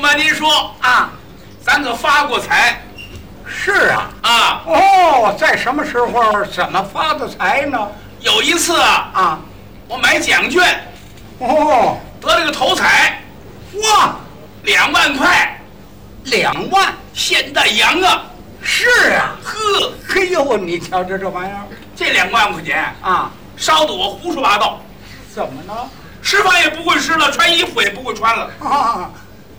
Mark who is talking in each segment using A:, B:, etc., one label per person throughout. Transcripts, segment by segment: A: 妈，您说，
B: 啊，
A: 咱可发过财
B: 是啊。
A: 啊！
B: 哦，在什么时候怎么发的财呢？
A: 有一次啊，
B: 啊，
A: 我买奖券
B: 哦，
A: 得了个头彩，
B: 哇，
A: 两万块，
B: 两万。
A: 现带洋啊！
B: 是啊。
A: 呵，
B: 嘿呦，你瞧瞧这玩意儿
A: 这两万块钱
B: 啊，
A: 烧得我胡说八道，
B: 怎么了？
A: 吃饭也不会吃了，穿衣服也不会穿了。
B: 啊，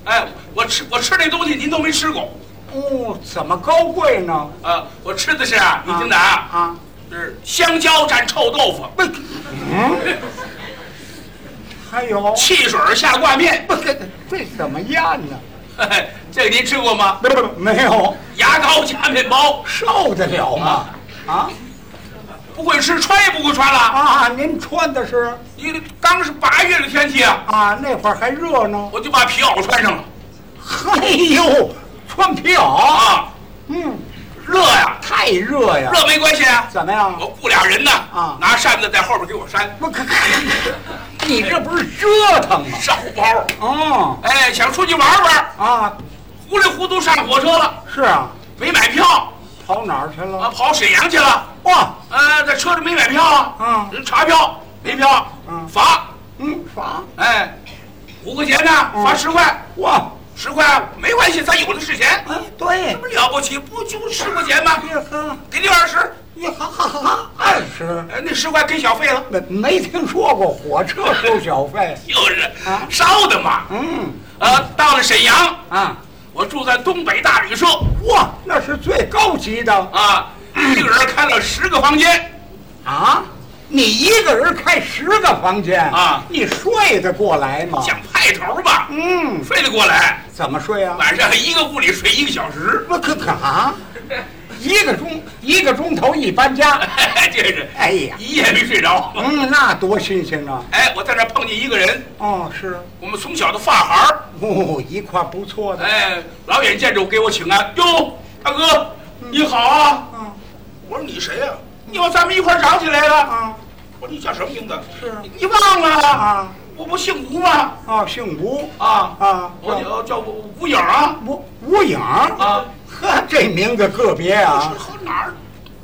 A: 哎，我吃我吃那东西您都没吃过，
B: 哦，怎么高贵呢？
A: 呃，我吃的是啊，你听着啊，
B: 啊，
A: 是香蕉蘸臭豆腐，
B: 不，嗯，还有，
A: 汽水下挂面。
B: 不，这这怎么咽呢？
A: 嘿嘿这个您吃过吗？
B: 不不，没有，
A: 牙膏加面包，
B: 受得了吗？啊
A: 不会吃，穿也不会穿了。
B: 啊，您穿的是
A: 你刚是八月的天气啊，
B: 啊，那会儿还热呢。
A: 我就把皮袄穿上了
B: 嘿哎呦，穿皮袄，
A: 啊，
B: 嗯，
A: 热呀、
B: 太热呀。
A: 热没关系啊。
B: 怎么样？
A: 我雇俩人呢，
B: 啊
A: 拿扇子在后边给我扇，
B: 我可，你这不是折腾吗？
A: 烧包。
B: 哦，
A: 哎，想出去玩玩，
B: 啊，
A: 糊里糊涂上火车了，
B: 是啊，
A: 没买票，
B: 跑哪儿去了？
A: 啊，跑沈阳去了。
B: 哇，
A: 呃，在车上没买票啊，
B: 嗯
A: 人查票没票，
B: 嗯
A: 罚，
B: 嗯，罚
A: 哎，五块钱呢，
B: 嗯
A: 罚十块，
B: 哇，
A: 十块啊没关系，咱有的是钱，
B: 哎，对
A: 这，不了不起，不就十块钱吗？
B: 一呵，
A: 给你二十，
B: 一哈哈哈哈，二十，
A: 哎，那十块给小费了，
B: 没没听说过火车收小费。
A: 就是
B: 啊
A: 烧的嘛。
B: 嗯，
A: 呃，到了沈阳，
B: 啊，
A: 我住在东北大旅社
B: 哇，那是最高级的
A: 啊，一个人开了十个房间，
B: 啊！你一个人开十个房间
A: 啊
B: 你睡得过来吗？
A: 讲派头吧，
B: 啊嗯，
A: 睡得过来，
B: 怎么睡啊？
A: 晚上一个屋里睡一个小时，
B: 我可可啊，一个钟一个钟头一搬家，
A: 这是
B: 哎呀，
A: 一夜没睡着。
B: 嗯，那多新鲜啊！
A: 哎，我在那儿碰见一个人，
B: 哦，是，
A: 我们从小的发孩儿，
B: 哦，一块不错的，
A: 哎，老远见着我给我请安，哟，大哥，你好啊！
B: 嗯
A: 我说你谁呀、你说咱们一块儿长起来了。
B: 啊，
A: 我说你叫什么名字？
B: 是
A: 你你忘了
B: 啊？
A: 我不姓吴吗？
B: 啊，姓吴
A: 啊
B: 啊
A: 我叫叫吴吴影啊
B: 吴吴影啊，
A: 啊！
B: 呵，这名字个别
A: 是
B: 啊。
A: 和哪儿？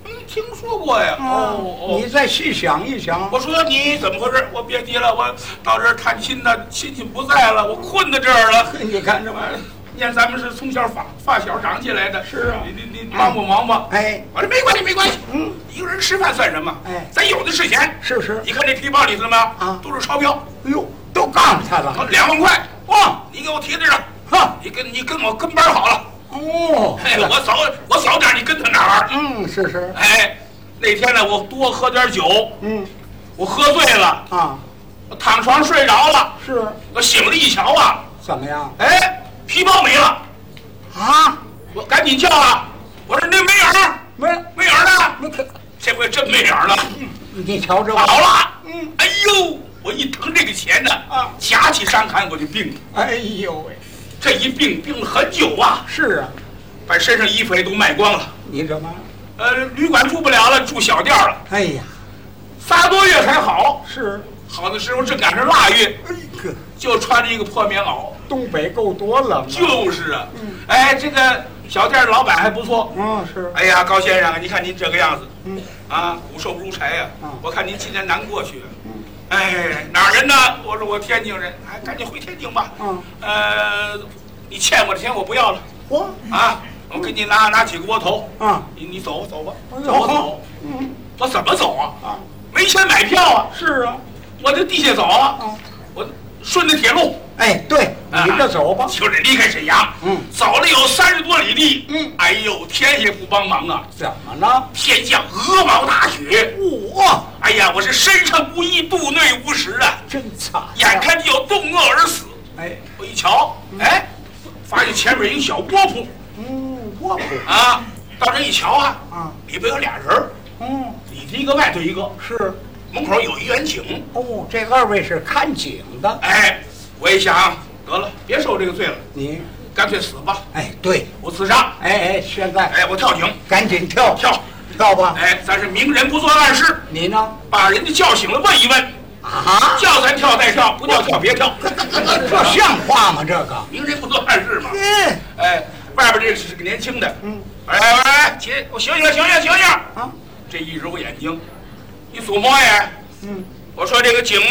A: 没听说过呀。哦
B: 你
A: 哦。
B: 再细想一想，
A: 我说你怎么回事？我别提了，我到这儿探亲呢，亲戚不在了，我困在这儿了。
B: 你看
A: 这
B: 这
A: 玩
B: 玩
A: 意儿
B: 意儿，，
A: 你看咱们是从小发发小长起来的，
B: 是啊
A: 你你你帮我忙吧。
B: 哎，
A: 我说没关系，没关系，
B: 嗯，
A: 一个人吃饭算什么？
B: 哎
A: 咱有的是钱。
B: 是是，
A: 你看这皮包里头了没有？
B: 啊嗯
A: 都是钞票，
B: 哎呦，都告诉他了，
A: 两万块。
B: 哇，
A: 你给我提着上，
B: 哈，
A: 你跟你跟我跟班好了。
B: 哦，
A: 哦哎，我早我早点，你跟他哪儿玩？
B: 嗯，是是，
A: 哎，那天呢，我多喝点酒，
B: 嗯
A: 我喝醉了，
B: 啊，
A: 我躺床睡着了，
B: 是，
A: 我醒了一瞧啊，
B: 怎么样
A: 哎，皮包没了，
B: 啊？
A: 我赶紧叫啊，我说那没影儿。
B: 没
A: 没影儿了，
B: 没可，
A: 这回真没影儿了，
B: 你瞧这
A: 跑
B: 玩意儿，
A: 了。
B: 嗯，
A: 哎呦，我一疼这个钱呢，
B: 啊
A: 夹起伤寒我就病了。
B: 哎呦喂，
A: 这一病病了很久啊，
B: 是啊，
A: 把身上衣服也都卖光了，
B: 你这玩意儿，
A: 呃，旅馆住不了了，住小店了。
B: 哎呀，
A: 仨多月才好，
B: 是，
A: 好的时候正赶上腊月，
B: 哎哥，
A: 就穿着一个破棉袄。
B: 东北够多冷的，
A: 就是啊，哎，这个小店老板还不错。
B: 嗯是，
A: 哎呀，高先生啊，你看您这个样子，
B: 嗯，
A: 啊，骨瘦如柴呀、
B: 啊
A: 我看您今年难过去。啊
B: 嗯
A: 哎，哪儿人呢？我说我天津人，哎，赶紧回天津吧。
B: 嗯，
A: 呃，你欠我的钱我不要了
B: 嚯，
A: 啊！
B: 嗯
A: 我给你拿拿几个窝头，
B: 啊，
A: 你你走吧走吧，
B: 哎呦
A: 走吧走，
B: 嗯
A: 我怎么走啊？
B: 啊，
A: 没钱买票啊，
B: 是啊，
A: 我就地下走啊，
B: 啊，
A: 我顺着铁路，
B: 哎，对，
A: 啊
B: 你这走吧，
A: 就是离开沈阳，
B: 嗯
A: 走了有三十多里地，
B: 嗯
A: 哎呦，天也不帮忙啊，
B: 怎么了？
A: 天降鹅毛大雪，
B: 我
A: 哎呀，我是身上无衣，肚内无食啊，
B: 真惨呀，
A: 眼看就要冻饿而死。
B: 哎，
A: 我一瞧，哎，发现前面有一小窝铺
B: 嗯，我不
A: 啊，到这一瞧啊，
B: 啊，
A: 里边有俩人儿，
B: 嗯，
A: 里头一个，外头一个，
B: 是，
A: 门口有一远景。
B: 哦，这二位是看景的，
A: 哎，我一想，得了，别受这个罪了，
B: 你，
A: 干脆死吧，
B: 哎，对，
A: 我自杀。
B: 哎哎，现在
A: 哎，我跳井
B: 赶紧跳
A: 跳。
B: 跳吧，
A: 哎，咱是明人不做暗事，
B: 你呢？
A: 把人家叫醒了问一问，
B: 啊？
A: 叫咱跳再跳，不叫跳别跳。
B: 这像话吗？这个
A: 明人不做暗事嘛。哎，外边这个是个年轻的，
B: 嗯，
A: 哎哎哎，起，我醒醒了，醒醒醒醒！
B: 啊，
A: 这一揉眼睛，你琢磨呀，
B: 嗯，
A: 我说这个井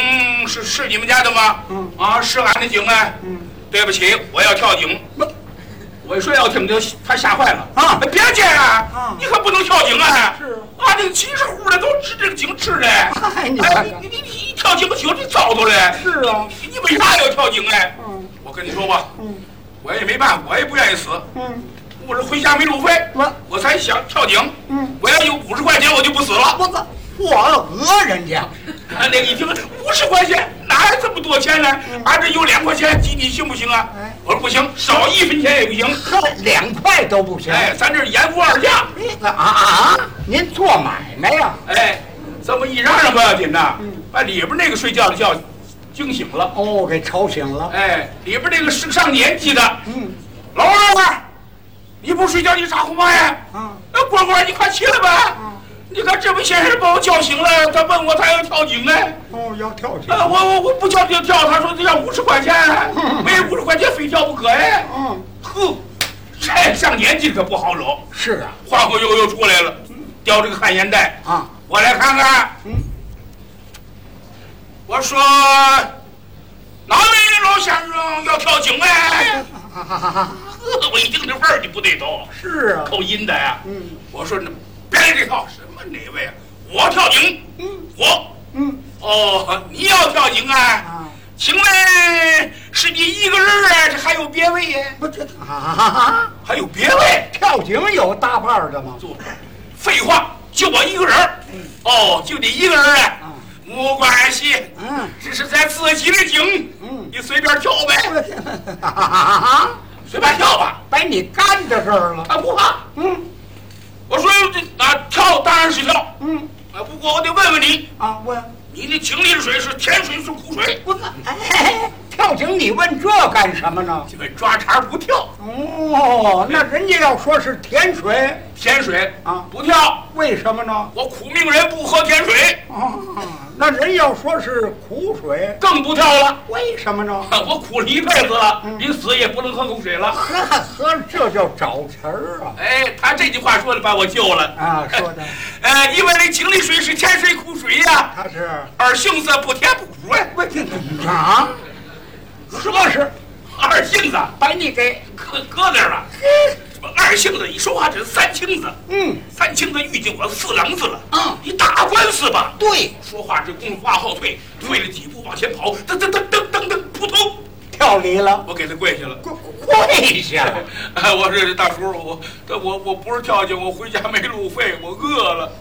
A: 是是你们家的吗？
B: 嗯
A: 啊，是俺的井哎。
B: 嗯，
A: 对不起，我要跳井。我一说要跳井，他吓坏了
B: 啊
A: 别介啊，
B: 啊
A: 你可不能跳井啊！
B: 是
A: 啊，这个七十户的都吃这个井吃的。
B: 嗨你看看
A: 哎你你你一跳井，井这糟蹋了。
B: 是啊
A: 你，你为啥要跳井哎？
B: 嗯，
A: 我跟你说吧，
B: 嗯
A: 我也没办法，我也不愿意死。
B: 嗯，
A: 我这回家没路费，
B: 我
A: 我才想跳井。
B: 嗯，
A: 我要有五十块钱，我就不死了。
B: 我操，我讹人 家，
A: 他啊那一听五十块钱，哪有这么多钱呢？俺这有两块钱，挤你行不行啊
B: 嗯哎？
A: 我说不行，少一分钱也不行。
B: 呵，两块都不行。
A: 哎，咱这严不二价。
B: 啊啊！啊！您做买卖呀、
A: 哎，这么一嚷嚷不要紧呐，
B: 嗯
A: 把里边那个睡觉的叫惊醒了。
B: 哦，给吵醒了。
A: 哎，里边那个是上年纪的，
B: 嗯，
A: 老二啊，你不睡觉你傻乎嘛呀？
B: 啊，
A: 那果果，你快起来吧
B: 嗯！
A: 你看这位先生把我叫醒了，他问我他要跳井哎。
B: 哦，要跳起
A: 啊，我我我不叫就跳，他说这要五十块钱，没五十块钱非跳不可哎。
B: 嗯，
A: 呵，这上年纪可不好惹，
B: 是啊，
A: 晃晃悠悠出来了，叼着个旱烟袋
B: 啊，
A: 我来看看。
B: 嗯，
A: 我说哪位老先生要跳井哎？
B: 哈哈哈哈，
A: 呵，我一听这味儿就不对头，
B: 啊是啊，
A: 口音的呀。
B: 嗯
A: 我说那别来这套，什么哪位啊？我跳井，
B: 嗯
A: 我
B: 嗯
A: 哦，你要跳井啊？
B: 啊，
A: 请问是你一个人儿啊？这还有别位呀？
B: 不啊这哈哈哈，
A: 还有别位？
B: 跳井有搭伴儿的吗？
A: 坐。废话，就我一个人儿。
B: 嗯
A: 哦，就你一个人儿啊？没关系，
B: 嗯
A: 这是咱自己的井。
B: 嗯
A: 你随便跳呗，
B: 我天，哈哈哈哈，
A: 随便跳吧，
B: 把你干到这儿了。
A: 俺不怕。
B: 嗯
A: 我说这啊，跳当然是跳，
B: 嗯
A: 啊，不过我得问问你，
B: 啊，我
A: 你那井里的水是甜水是苦水？
B: 我哎，跳井你问这干什么呢？
A: 你们抓茬不跳，
B: 哦，那人家要说是甜水，
A: 甜水
B: 啊
A: 不跳，
B: 为什么呢？
A: 我苦命人不喝甜水，
B: 哦，那人要说是苦水，
A: 更不跳了。
B: 为什么呢？
A: 啊我苦了一辈子了，
B: 嗯
A: 临死也不能喝口水了。
B: 呵呵，这叫找词儿啊！
A: 哎，他这句话说的把我救了
B: 啊说的，啊
A: 呃，因为那井里水是甜水苦水呀、
B: 他是
A: 二性子不甜不苦哎，
B: 问你啊，
A: 是不是？二性子
B: 把你给
A: 搁搁那儿了，什么二性子一说话这是三清子，
B: 嗯
A: 三清子遇见我四郎子了，
B: 嗯
A: 你打官司吧，
B: 对，
A: 说话这功夫往后退，退了几步往前跑，噔噔噔噔噔噔，扑通，
B: 跳离了，
A: 我给他跪下了。
B: 跪跪下了。
A: 哎，我说大叔，我这我我不是跳井，我回家没路费，我饿了。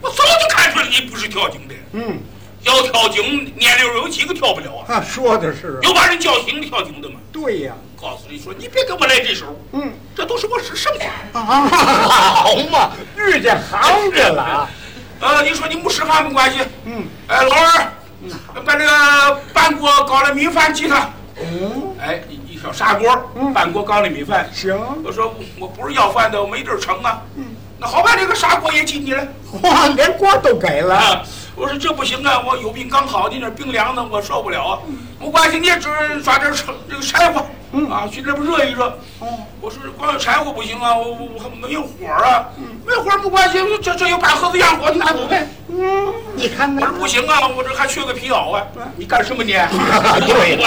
A: 我早就看出来你不是跳井的，
B: 嗯，
A: 要跳井年龄有几个跳不了啊？
B: 他说的是
A: 有把人叫醒跳井的吗？
B: 对呀，
A: 告诉你说，你别跟我来这手，
B: 嗯
A: 这都是我是剩下的。
B: 啊，好嘛，遇见行家了啊，
A: 呃，你说你没吃饭没关系，
B: 嗯
A: 哎，老二，把这个半锅高粱米饭给他。
B: 嗯，
A: 哎，一一小砂锅，
B: 嗯
A: 半锅高粱米饭。
B: 行，
A: 我说我不是要饭的，我没地儿盛啊。
B: 嗯
A: 那好吧，这个砂锅也进你了。
B: 哇，连锅都给了，
A: 啊，我说这不行啊，我有病刚好，你那冰凉的我受不了啊。
B: 嗯
A: 没关系，你也只抓点柴这个柴火，啊，去那边热一热。
B: 哦，
A: 我说光有柴火不行啊，我我我还没有火啊，没有火没关系，这这有把盒子样火，你拿走呗。
B: 嗯，你看
A: 我
B: 看
A: 说，不行啊，我这还缺个皮袄啊，你干什么你？
B: 对，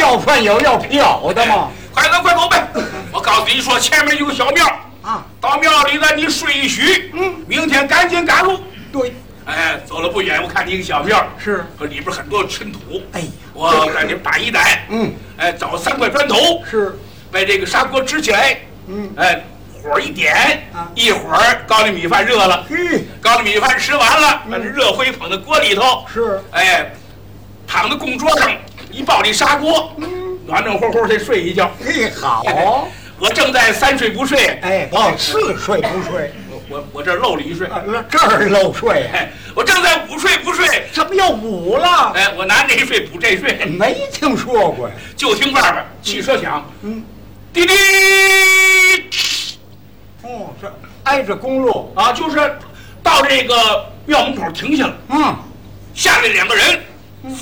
B: 要饭有要皮袄的嘛，
A: 快走快走 呗！我告诉你说，前面有个小庙，
B: 啊，
A: 到庙里呢你睡一宿，
B: 嗯
A: 明天赶紧赶路。
B: 对，
A: 哎，走了不远，我看见一个小庙，
B: 是
A: 可里边很多尘土。
B: 哎呀
A: 我赶紧把一逮，
B: 嗯，
A: 哎，找三块砖头，
B: 是，
A: 把这个砂锅支起来，
B: 嗯
A: 哎，火一点
B: 啊，
A: 一会儿高粱米饭热了，
B: 嘿，
A: 高粱米饭吃完了，把这热灰捧到锅里头，
B: 嗯是
A: 哎，躺在供桌上，一抱这砂锅，
B: 嗯
A: 暖暖和和再睡一觉。
B: 嘿，好，
A: 我正在三睡不睡，
B: 哦哎，哦，是睡不睡？
A: 我我我这儿漏了一睡，
B: 啊这儿漏睡啊，
A: 哎，我正在午睡不睡，
B: 怎么又五了？
A: 哎，我拿那一睡补这一睡，
B: 哎没听说过呀。
A: 就听外边汽车响，
B: 嗯，
A: 滴滴
B: 哦，这挨着公路。
A: 啊，就是到这个庙门口停下了，
B: 嗯，
A: 下来两个人，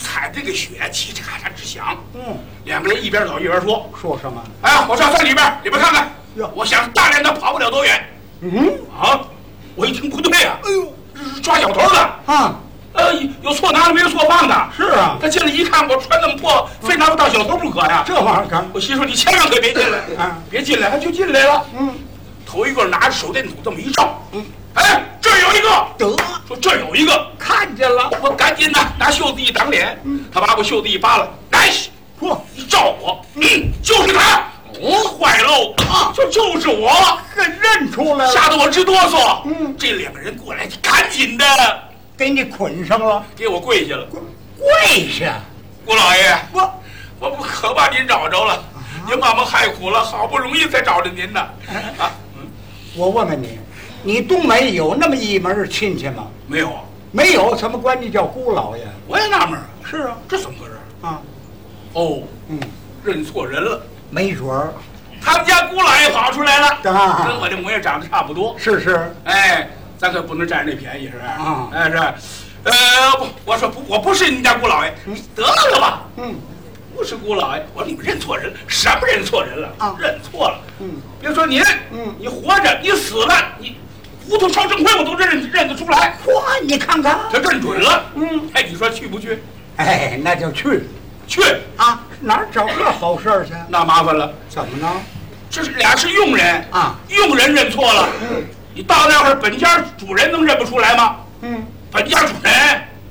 A: 踩这个雪，嘁哧咔嚓直响。
B: 嗯，
A: 两个人一边走一边说
B: 说什么？：“
A: 哎，我上山里边，你们看看
B: 哟。
A: 我想大连他跑不了多远
B: 嗯
A: 啊！”我一听不对啊，哎呦，这是抓小偷的，
B: 啊，
A: 呃，有错拿的没有错放的。
B: 是啊，
A: 他进来一看，我穿那么破，非拿我当小偷不可呀！
B: 这玩意儿干
A: 我心说你千万可别进来，
B: 啊
A: 别进来，他就进来了。
B: 嗯，
A: 头一个拿着手电筒这么一照，嗯，哎，这儿有一个，
B: 得
A: 说这儿有一个，
B: 看见了，嗯
A: 我赶紧的拿袖子一挡脸，他把我袖子一扒拉，来，
B: 嚯，
A: 一照我，嗯，就是他，哦，坏喽，
B: 啊
A: 这就是我，
B: 给认出来了，
A: 吓得我直哆嗦。
B: 呃嗯
A: 这两个人过来，赶紧的
B: 给你捆上了，
A: 给我跪下了，
B: 跪下，
A: 郭老爷，
B: 我
A: 我不可把您找着
B: 啊
A: 了，您把我们害苦了，好不容易才找着您呢，
B: 哎
A: 啊，
B: 我问问你，你东北有那么一门亲戚吗？
A: 没有，啊
B: 没有，怎么管你叫姑老爷？
A: 我也纳闷儿，
B: 是啊，
A: 这怎么回事？
B: 啊，
A: 哦，
B: 嗯，
A: 认错人了。
B: 没准儿，
A: 他们家姑姥爷跑出来了，
B: 啊
A: 跟我这模样长得差不多。
B: 是是，
A: 哎，咱可不能占人家便宜，是不是？
B: 啊
A: 哎是，呃，不，我说不，我不是你家姑姥爷，得了吧，
B: 嗯，
A: 不是姑姥爷。我说你们认错人了，什么认错人了？
B: 啊
A: 认错了。
B: 嗯，
A: 别说您，
B: 嗯
A: 你活着，你死了，你糊涂烧成灰，我都认认得出来。
B: 嚯，你看看
A: 他，认准了。
B: 嗯，
A: 哎，你说去不去？
B: 哎，那就去
A: 去，
B: 啊，哪儿找这好事儿去？
A: 那麻烦了。
B: 怎么呢？
A: 这是俩是佣人
B: 啊
A: 佣人认错了。你到那会儿，本家主人能认不出来吗？
B: 嗯，
A: 本家主人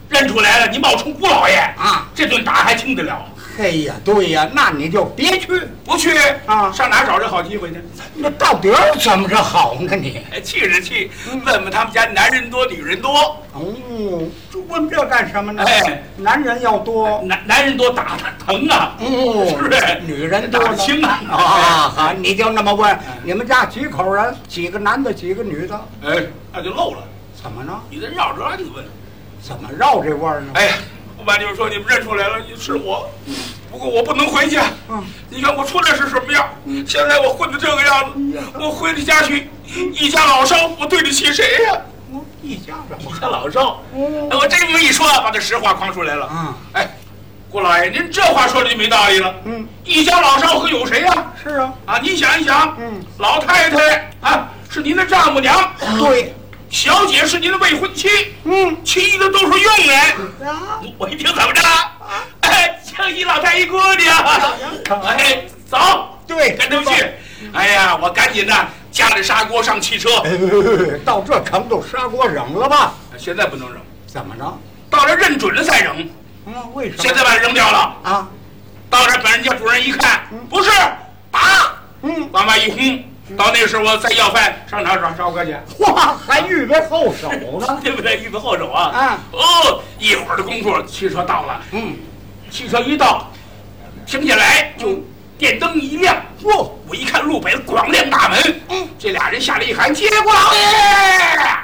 A: 认出来了，你冒充姑老爷
B: 啊
A: 这顿打还听得了？
B: 嘿呀，对呀，那你就别去，
A: 不去
B: 啊
A: 上哪找这好机会去？
B: 那到底儿怎么着好呢你？
A: 哎，气是气，问问他们家男人多，女人多，
B: 哦，这问这干什么呢？哎
A: 哎
B: 男人要多，
A: 男男人多打他疼啊，
B: 哦
A: 是不是？
B: 女人
A: 打
B: 多
A: 不
B: 呢
A: 轻啊。
B: 啊，好，你就那么问，你们家几口人？几个男的，几个女的？
A: 哎，那就漏了，
B: 怎么呢？
A: 你这绕着弯子问。
B: 怎么绕这弯儿呢？
A: 哎呀，不瞒你们说，你们认出来了，是我。不过我不能回去。啊
B: 嗯
A: 你看我出来是什么样？现在我混的这个样
B: 嗯
A: 子，我回了家去，一家老少，我对得起谁呀、
B: 我嗯一家人
A: 一家老少，
B: 嗯
A: 哎我这么一说，把这实话框出来了。
B: 嗯，
A: 哎，郭老爷，您这话说的就没道理了。
B: 嗯，
A: 一家老少和有谁呀、啊？
B: 是啊，
A: 你想一想，
B: 嗯，
A: 老太太啊是您的丈母娘，
B: 对，
A: 小姐是您的未婚妻，
B: 嗯
A: 其余的都是佣人。
B: 啊，
A: 我一听怎么着？哎，像一老太一姑娘。哎，走，
B: 对
A: 跟他们去。哎呀，我赶紧的架着砂锅上汽车。
B: 哎到这程度，砂锅扔了吧？
A: 现在不能扔，
B: 怎么着？
A: 到这儿认准了再扔。
B: 嗯，为什么？
A: 现在把它扔掉了，
B: 啊，
A: 到这儿本人家主人一看，不是，打，
B: 嗯，
A: 往外一轰。到那时候我再要饭，上哪找烧哥去？
B: 哇，还预备后手呢。
A: 对不对？预备后手啊！
B: 啊
A: 哦，一会儿的功夫，汽车到了，
B: 嗯，
A: 汽车一到，停下来就
B: 嗯
A: 电灯一亮，
B: 哟，
A: 我一看路北广亮大门，
B: 嗯
A: 这俩人下来一喊：“接过老爷！”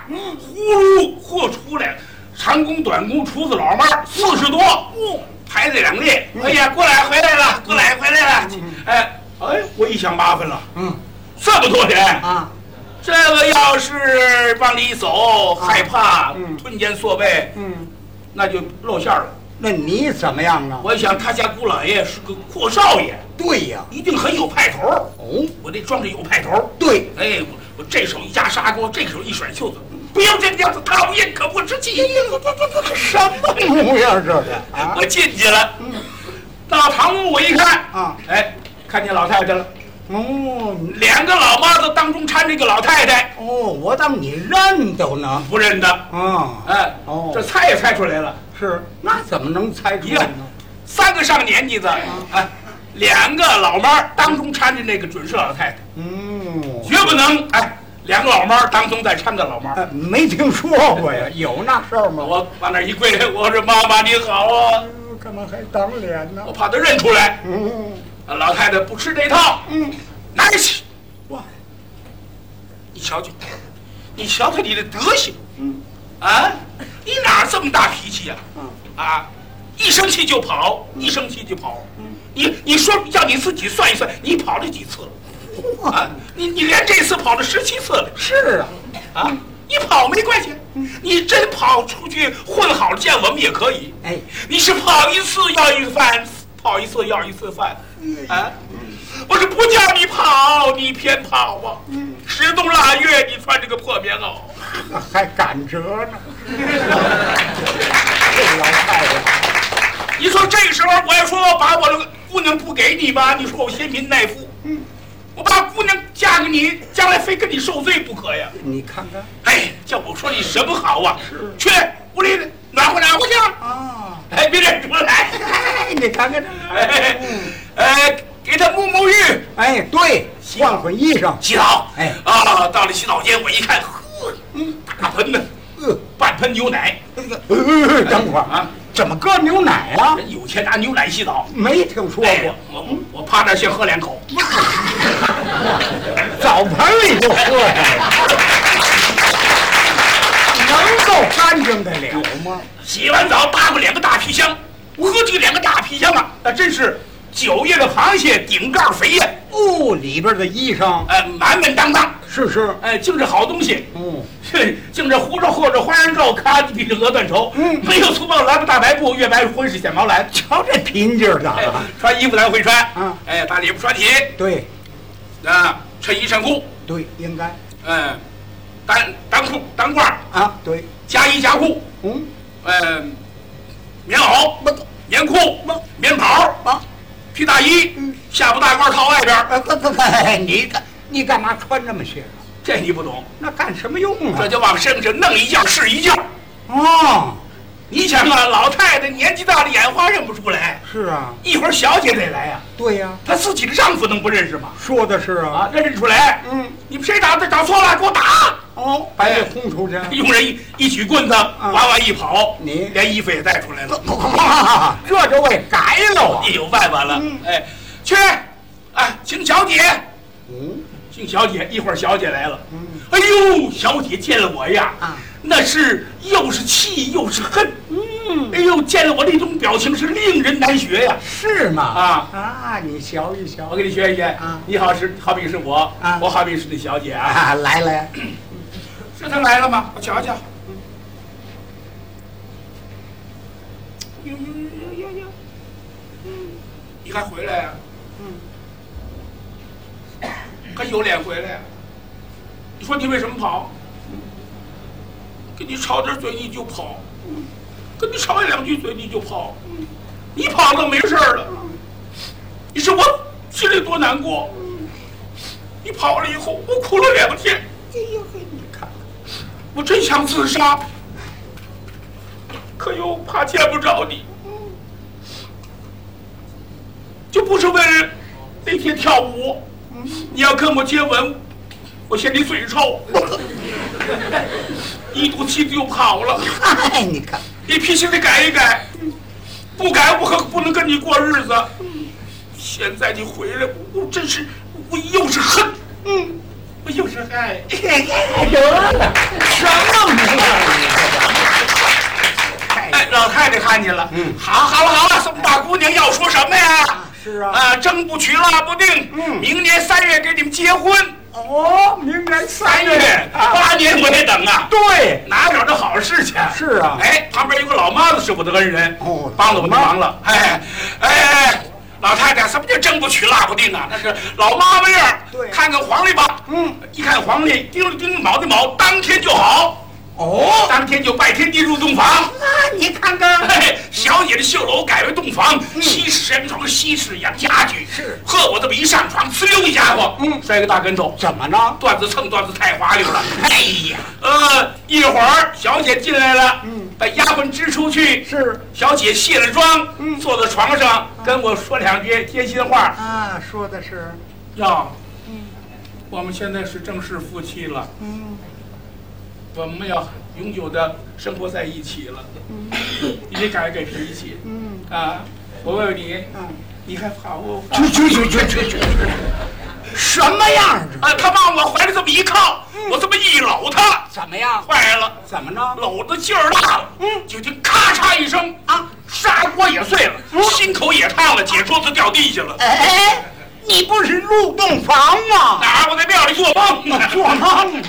B: 嗯
A: 呼噜，货出来了，长工、短工、厨子、老妈儿，四十多，
B: 嗯
A: 排在两列。哎呀，过来回来了，过来回来了。哎哎，我一想麻烦了，
B: 嗯
A: 这么多人，
B: 啊，
A: 这个要是往里走，害怕
B: 嗯
A: 吞肩缩背，
B: 嗯，
A: 那就露馅儿了。
B: 那你怎么样啊？
A: 我一想他家姑老爷是个阔少爷，
B: 对呀，
A: 一定很有派头儿。
B: 哦，
A: 我得装着有派头儿。
B: 对，
A: 哎，我我这手一夹砂锅，这手一甩袖子，不要这个样子，讨厌，可不是气。
B: 哎什么模样这是啊
A: 我？进去了，到堂屋我一看，
B: 嗯啊
A: 哎，看见老太太了，
B: 哦
A: 两个老妈子当中搀着一个老太太，
B: 哦，我当你认得呢。
A: 不认得，
B: 啊，
A: 哎，
B: 哦
A: 这猜也猜出来了，
B: 是，那怎么能猜出
A: 你
B: 来
A: 看
B: 呢？，
A: 三个上年纪的，
B: 啊
A: 哎，两个老妈儿当中搀着那个准是老太太，
B: 嗯，
A: 绝不能，哎，两个老妈儿当中再搀个老妈儿。
B: 呃没听说过呀，哎有那事儿吗？
A: 我往那儿一跪，我说妈妈你好啊，
B: 嗯干嘛还挡脸呢
A: 我？怕她认出来。
B: 嗯
A: 老太太不吃这套，
B: 嗯，
A: 拿起，
B: 哇，
A: 你瞧瞧，你瞧瞧你的德行
B: 嗯
A: 啊！你哪儿这么大脾气呀、
B: 嗯
A: 啊？一生气就跑，一生气就跑。
B: 嗯
A: 你你说叫你自己算一算，你跑了几次了？
B: 哇，
A: 啊，你你连这次跑了十七次了
B: 是啊，
A: 啊！你跑没关系，你真跑出去混好了见我们也可以。
B: 哎，
A: 你是跑一次要一饭，跑一次要一次饭，啊！我是不叫你跑，你偏跑啊！十冬腊月，你穿这个破棉袄，
B: 还赶折呢， 这老太太，
A: 你说这时候我要说我把我的姑娘不给你吧，你说我嫌贫爱富，我把姑娘嫁给你，将来非跟你受罪不可呀！
B: 你看看
A: 哎，叫我说你什么好啊？去屋里暖和暖和去，
B: 啊，
A: 哎，别认出来，
B: 哎，你看看这，
A: 哎，哎，给他沐沐浴。
B: 哎，对，换换衣裳，
A: 洗澡，
B: 哎
A: 啊，到了洗澡间，我一看，呵，嗯大盆呢，
B: 呃，
A: 半盆牛奶，
B: 呃，等会儿
A: 啊
B: 啊，怎么搁牛奶啊？
A: 人有钱拿牛奶洗澡，
B: 没听说
A: 哎
B: 过，，
A: 我我我趴那儿先喝两口，
B: 澡盆里就喝呀，能够干净得了吗？
A: 洗完澡扒过两个大皮箱，我喝这两个大皮箱啊，那真是九叶的螃蟹，顶盖肥呀，
B: 哦，里边的衣裳
A: 呃，满满当当，
B: 是是，
A: 哎，净是好东西。
B: 嗯，
A: 哼，净这胡着和着花生肉，咔叽比着鹅断绸，
B: 嗯
A: 没有粗暴蓝布大白布，月白婚是显毛蓝。
B: 瞧这贫劲儿的
A: 哎
B: 啊，，
A: 穿衣服咱会穿，
B: 嗯
A: 哎，大礼服穿起，
B: 对
A: 啊，衬衣衬裤，
B: 对，应该
A: 嗯，单单裤单褂
B: 啊，对，
A: 夹衣夹裤，
B: 嗯，
A: 嗯，棉袄、棉裤、棉袍、
B: 啊，
A: 皮大衣，下巴大褂套外边儿，
B: 哎不不不，哎你干你干嘛穿这么些啊？
A: 这你不懂，
B: 那干什么用
A: 这
B: 啊？
A: 就往身上弄一觉是一觉。
B: 哦，
A: 你想啊，老太太年纪大了，眼花认不出来，
B: 是啊，
A: 一会儿小姐得来呀、
B: 对呀、
A: 她自己的丈夫能不认识吗？
B: 说的是啊，
A: 啊，认认出来，
B: 嗯，
A: 你们谁找的找错了，给我打！
B: 哦，把你轰出去，
A: 佣人一一举棍子，哇哇一跑，
B: 啊你
A: 连衣服也带出来了。
B: 哇 这就为改了啊
A: 哎，有办法了，哎，去，哎，请小姐，
B: 嗯，
A: 请小姐，一会儿小姐来了。
B: 嗯
A: 哎呦，小姐见了我呀，
B: 啊
A: 那是又是气又是恨。嗯，哎呦，见了我那种表情是令人难学呀。
B: 是吗？
A: 啊
B: 啊，你瞧一瞧
A: 我给你学一学
B: 啊
A: 你好是好比是我，
B: 啊
A: 我好比是那小姐 啊。
B: 啊，来来，
A: 是她来了吗？我瞧瞧。呦呦呦呦呦！你还回来啊呀、嗯，还有脸回来呀、你说你为什么跑？跟你吵点嘴你就跑，跟你吵两句嘴你就跑，你跑了没事儿了。你说我心里多难过。你跑了以后，我哭了两天。
B: 你看
A: 我真想自杀，可又怕见不着你，就不是为了那天跳舞，你要跟我接吻，我嫌你嘴臭，一赌气就跑了。
B: 看，哎，你看，
A: 你脾气得改一改，不改我可不能跟你过日子。现在你回来，我真是我又是恨，嗯，我又是爱。
B: 得了，什么模样？
A: 哎，老太太看见了，嗯，好了好了好了，这么大姑娘要说什么呀？
B: 是啊
A: 啊，争不娶拉不定，
B: 嗯
A: 明年三月给你们结婚，
B: 哦，明年
A: 三
B: 三
A: 月
B: 啊，
A: 八年我得等啊，
B: 对，
A: 哪有这好事去？
B: 是啊
A: 哎，旁边有个老妈子是我的恩人，
B: 哦
A: 帮了我的忙了，哎哎哎，老太太，什么叫争不娶拉不定啊？那是老妈妈样儿，
B: 对
A: 看看黄历吧，
B: 嗯，
A: 一看黄历，叮了叮了卯的卯，当天就好，
B: 哦，
A: 当天就拜天地入洞房。
B: 那啊你看看，
A: 哎，小姐的绣楼改为洞房，西式洋床，西式洋家具。
B: 嗯是
A: 呵，我这么一上床，呲溜一家伙，
B: 嗯
A: 摔个大跟头，
B: 怎么呢？
A: 段子蹭段子太滑溜了。哎呀，呃，一会儿小姐进来了，
B: 嗯，
A: 把丫鬟支出去。
B: 是
A: 小姐卸了妆，
B: 嗯
A: 坐在床上跟我说两句贴心话。
B: 啊，说的是，
A: 哟，我们现在是正式夫妻了，
B: 嗯，
A: 我们要永久的生活在一起了。你得改改脾气。
B: 嗯
A: 啊，我问问你，
B: 嗯，
A: 你还跑不跑？
B: 去去去去去去，什么样子？
A: 啊，他往我怀里这么一靠，
B: 嗯
A: 我这么一搂他，
B: 怎么样？
A: 坏了，
B: 怎么着？
A: 搂的劲儿大了，
B: 嗯
A: 就听咔嚓一声
B: 啊，嗯
A: 砂锅也碎了，心口也塌了，铁桌子掉地下了。
B: 哎，你不是入洞房吗？
A: 哪儿？我在庙里做梦呢。
B: 做梦呢。